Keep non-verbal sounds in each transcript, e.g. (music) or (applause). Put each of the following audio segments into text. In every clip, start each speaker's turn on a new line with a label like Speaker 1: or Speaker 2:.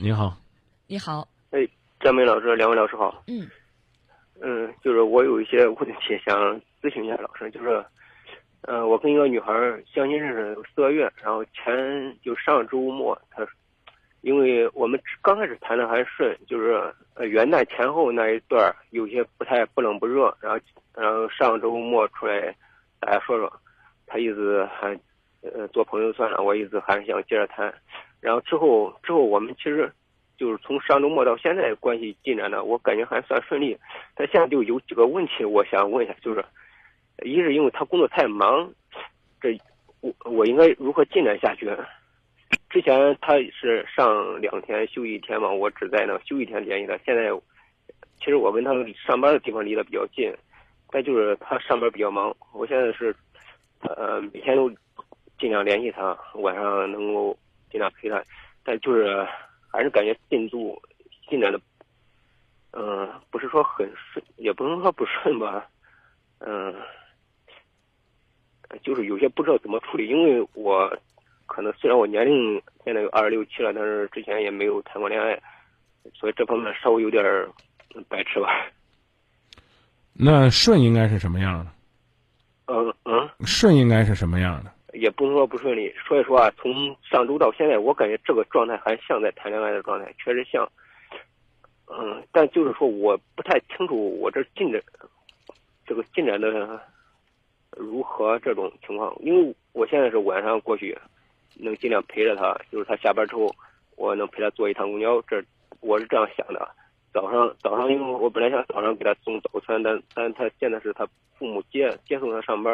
Speaker 1: 你好，
Speaker 2: 你好，
Speaker 3: 哎，张明老师，两位老师好。
Speaker 2: 嗯
Speaker 3: 嗯，就是我有一些问题想咨询一下老师，就是，呃，我跟一个女孩儿相亲认识了有四个月，然后前就上周末，她因为我们刚开始谈的还顺，就是呃元旦前后那一段儿有些不太不冷不热，然后然后上周末出来大家说说，她意思还呃做朋友算了，我意思还是想接着谈，然后之后之后我们其实就是从上周末到现在关系进展的，我感觉还算顺利。但现在就有几个问题，我想问一下，就是一是因为他工作太忙，这我我应该如何进展下去？之前他是上两天休一天嘛，我只在那休一天联系他。现在其实我跟他上班的地方离得比较近，但就是他上班比较忙，我现在是呃每天都尽量联系他，晚上能够尽量陪他，但就是还是感觉进度进展的，嗯、不是说很顺，也不能说不顺吧，嗯、就是有些不知道怎么处理，因为我可能虽然我年龄现在有二十六七了，但是之前也没有谈过恋爱，所以这方面稍微有点儿白痴吧，
Speaker 1: 那顺应该是什么样的？
Speaker 3: 嗯嗯。
Speaker 1: 顺应该是什么样的？
Speaker 3: 也不能说不顺利。所以说啊，从上周到现在，我感觉这个状态还像在谈恋爱的状态，确实像。嗯，但就是说，我不太清楚我这进展，这个进展的如何这种情况，因为我现在是晚上过去，能尽量陪着他，就是他下班之后，我能陪他坐一趟公交，这我是这样想的。早上早上，因为我本来想早上给他送早餐，但但他现在是他父母接接送他上班，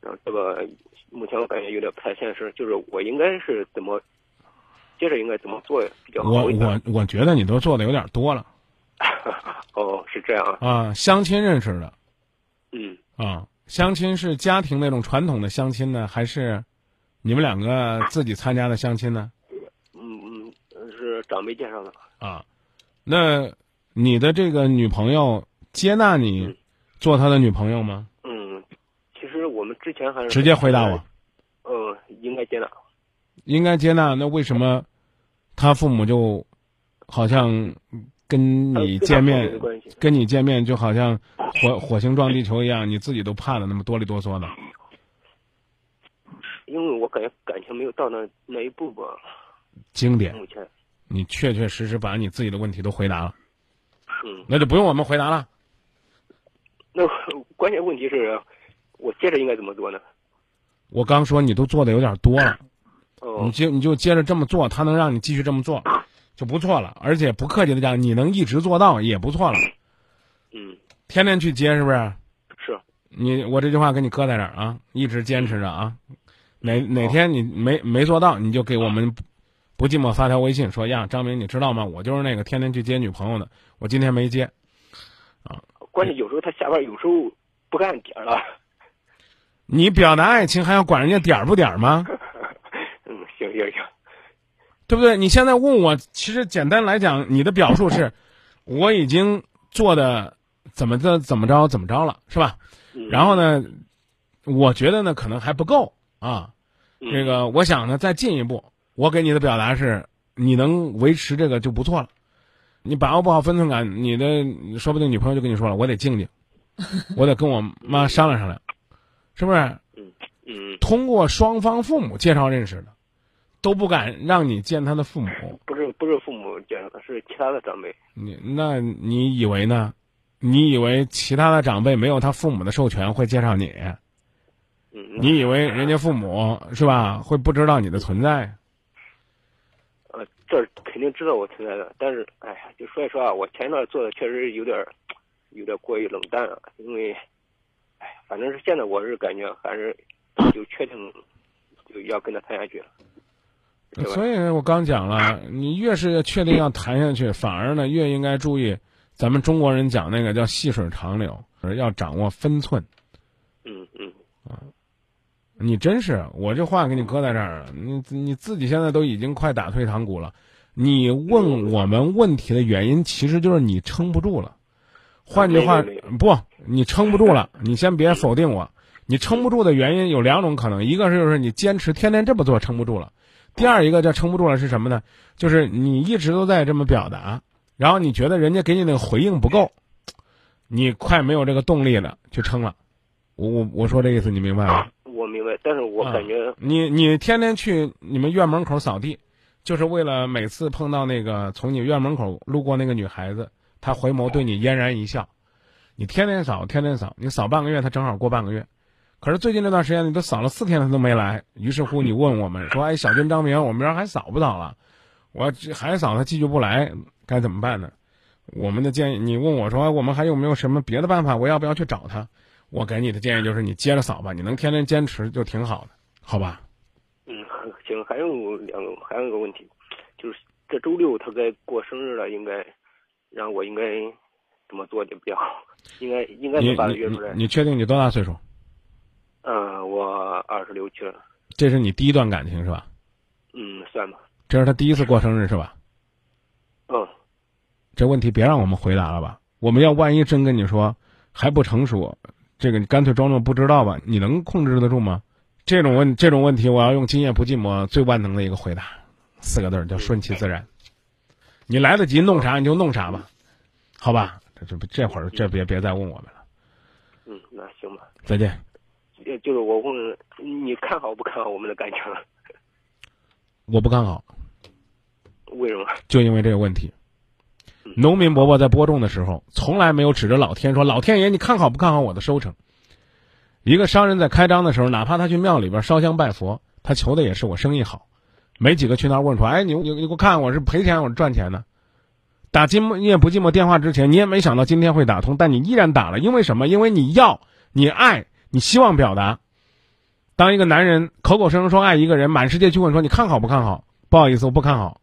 Speaker 3: 然后这个目前我感觉有点不太现实，就是我应该是怎么，接着应该怎么做比较
Speaker 1: 我
Speaker 3: 好一点？
Speaker 1: 我我觉得你都做的有点多了
Speaker 3: 哦，是这样啊，
Speaker 1: 啊！相亲认识的
Speaker 3: 嗯，
Speaker 1: 啊，相亲是家庭那种传统的相亲呢，还是你们两个自己参加的相亲呢？
Speaker 3: 嗯嗯，是长辈介绍的，
Speaker 1: 啊，那你的这个女朋友接纳你
Speaker 3: 嗯
Speaker 1: 做她的女朋友吗？
Speaker 3: 嗯，其实我们之前还是
Speaker 1: 直接回答我，，
Speaker 3: 嗯，应该接纳，
Speaker 1: 应该接纳。那为什么他父母就好像跟你见面
Speaker 3: 没，关系，
Speaker 1: 跟你见面就好像火火星撞地球一样，你自己都怕的那么哆里哆嗦的？
Speaker 3: 因为我感觉感情没有到那那一步吧，
Speaker 1: 经典，
Speaker 3: 目前，
Speaker 1: 你确确实实把你自己的问题都回答了，
Speaker 3: 嗯，
Speaker 1: 那就不用我们回答了。
Speaker 3: 那关键问题是，我接着应该怎么做呢？
Speaker 1: 我刚说你都做的有点多了。
Speaker 3: 哦
Speaker 1: 你，就你就接着这么做，他能让你继续这么做，就不错了。而且不客气的讲，你能一直做到也不错了。
Speaker 3: 嗯，
Speaker 1: 天天去接是不是？
Speaker 3: 是，
Speaker 1: 你我这句话给你搁在这儿啊，一直坚持着啊。哪哪天你没没做到，你就给我们不不寂寞发条微信说呀，张明，你知道吗？我就是那个天天去接女朋友的，我今天没接。
Speaker 3: 关键有时候他下班，有时候不按点儿了。
Speaker 1: 你表达爱情还要管人家点儿不点儿吗？
Speaker 3: 嗯，行行行，
Speaker 1: 对不对？你现在问我，其实简单来讲，你的表述是，我已经做的怎么着怎么着怎么着了，是吧？
Speaker 3: 嗯
Speaker 1: 然后呢，我觉得呢可能还不够啊。
Speaker 3: 嗯
Speaker 1: 这个我想呢再进一步，我给你的表达是，你能维持这个就不错了。你把握不好分寸感，你的说不定女朋友就跟你说了，我得静静，我得跟我妈商量商量，是不是？
Speaker 3: 嗯，
Speaker 1: 通过双方父母介绍认识的，都不敢让你见他的父母。
Speaker 3: 不是不是父母介绍的，是其他的长辈。
Speaker 1: 你那你以为呢？你以为其他的长辈没有他父母的授权会介绍你？
Speaker 3: 嗯，
Speaker 1: 你以为人家父母是吧？会不知道你的存在？
Speaker 3: 呃，这儿肯定知道我存在的，但是哎呀，就说一说啊，我前一段做的确实有点儿，有点过于冷淡了，因为，哎，反正是现在我是感觉还是就确定就要跟他谈下去了，对吧？
Speaker 1: 所以我刚讲
Speaker 3: (coughs)
Speaker 1: 了，你越是确定要谈下去，反而呢越应该注意，咱们中国人讲那个叫细水长流，要掌握分寸。
Speaker 3: 嗯嗯
Speaker 1: 你真是，我这话给你搁在这儿了，你你自己现在都已经快打退堂鼓了。你问我们问题的原因，其实就是你撑不住了。换句话
Speaker 3: 没有没，
Speaker 1: 不，你撑不住了。你先别否定我，你撑不住的原因有两种可能，一个是就是你坚持天天这么做撑不住了，第二一个叫撑不住了是什么呢？就是你一直都在这么表达，然后你觉得人家给你的回应不够，你快没有这个动力了，去撑了。我我我说这意思你明白吗？
Speaker 3: 我明白，但是我
Speaker 1: 啊
Speaker 3: 感觉
Speaker 1: 你你天天去你们院门口扫地，就是为了每次碰到那个从你院门口路过那个女孩子，她回眸对你嫣然一笑，你天天扫，天天扫，你扫半个月，她正好过半个月。可是最近这段时间，你都扫了四天，她都没来。于是乎，你问我们说：“哎，小军、张明，我明儿还扫不扫了？我要这还扫，她继续不来，该怎么办呢？”我们的建议，你问我说：“哎我们还有没有什么别的办法？我要不要去找她？”我给你的建议就是，你接着扫吧，你能天天坚持就挺好的，好吧？
Speaker 3: 嗯，行，还有两个，还有一个问题，就是这周六他该过生日了，应该让我应该怎么做就比较好？应该应该
Speaker 1: 你
Speaker 3: 能把他
Speaker 1: 你
Speaker 3: 约出
Speaker 1: 你
Speaker 3: 来。
Speaker 1: 你确定你多大岁数？
Speaker 3: 嗯，我二十六去了，
Speaker 1: 这是你第一段感情是吧？
Speaker 3: 嗯，算吧，
Speaker 1: 这是他第一次过生日是吧？
Speaker 3: 嗯，
Speaker 1: 这问题别让我们回答了吧。我们要万一真跟你说还不成熟，这个你干脆装作不知道吧，你能控制得住吗？这种问这种问题，我要用“今夜不寂寞”最万能的一个回答，四个字儿叫顺其自然。你来得及弄啥你就弄啥吧，好吧？这这这会儿这别别再问我们了，
Speaker 3: 嗯，那行吧。
Speaker 1: 再见。
Speaker 3: 也就是我问你看好不看好我们的感情？
Speaker 1: 我不看好，
Speaker 3: 为什么？
Speaker 1: 就因为这个问题
Speaker 3: 嗯。
Speaker 1: 农民伯伯在播种的时候，从来没有指着老天说：“老天爷，你看好不看好我的收成？”一个商人在开张的时候，哪怕他去庙里边烧香拜佛，他求的也是我生意好。没几个去那儿问出：“哎，你你你给我看，我是赔钱，我是赚钱的。”打今夜不寂寞电话之前，你也没想到今天会打通，但你依然打了，因为什么？因为你要，你爱，你希望表达。当一个男人口口声声说爱一个人，满世界去问说：“你看好不看好？”不好意思，我不看好。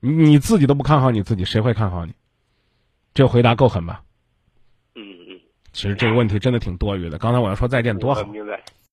Speaker 1: 你你自己都不看好你自己，谁会看好你？这回答够狠吧？
Speaker 3: 嗯嗯，
Speaker 1: 其实这个问题真的挺多余的。刚才我要说再见多
Speaker 3: 我
Speaker 1: 好，
Speaker 3: 明白。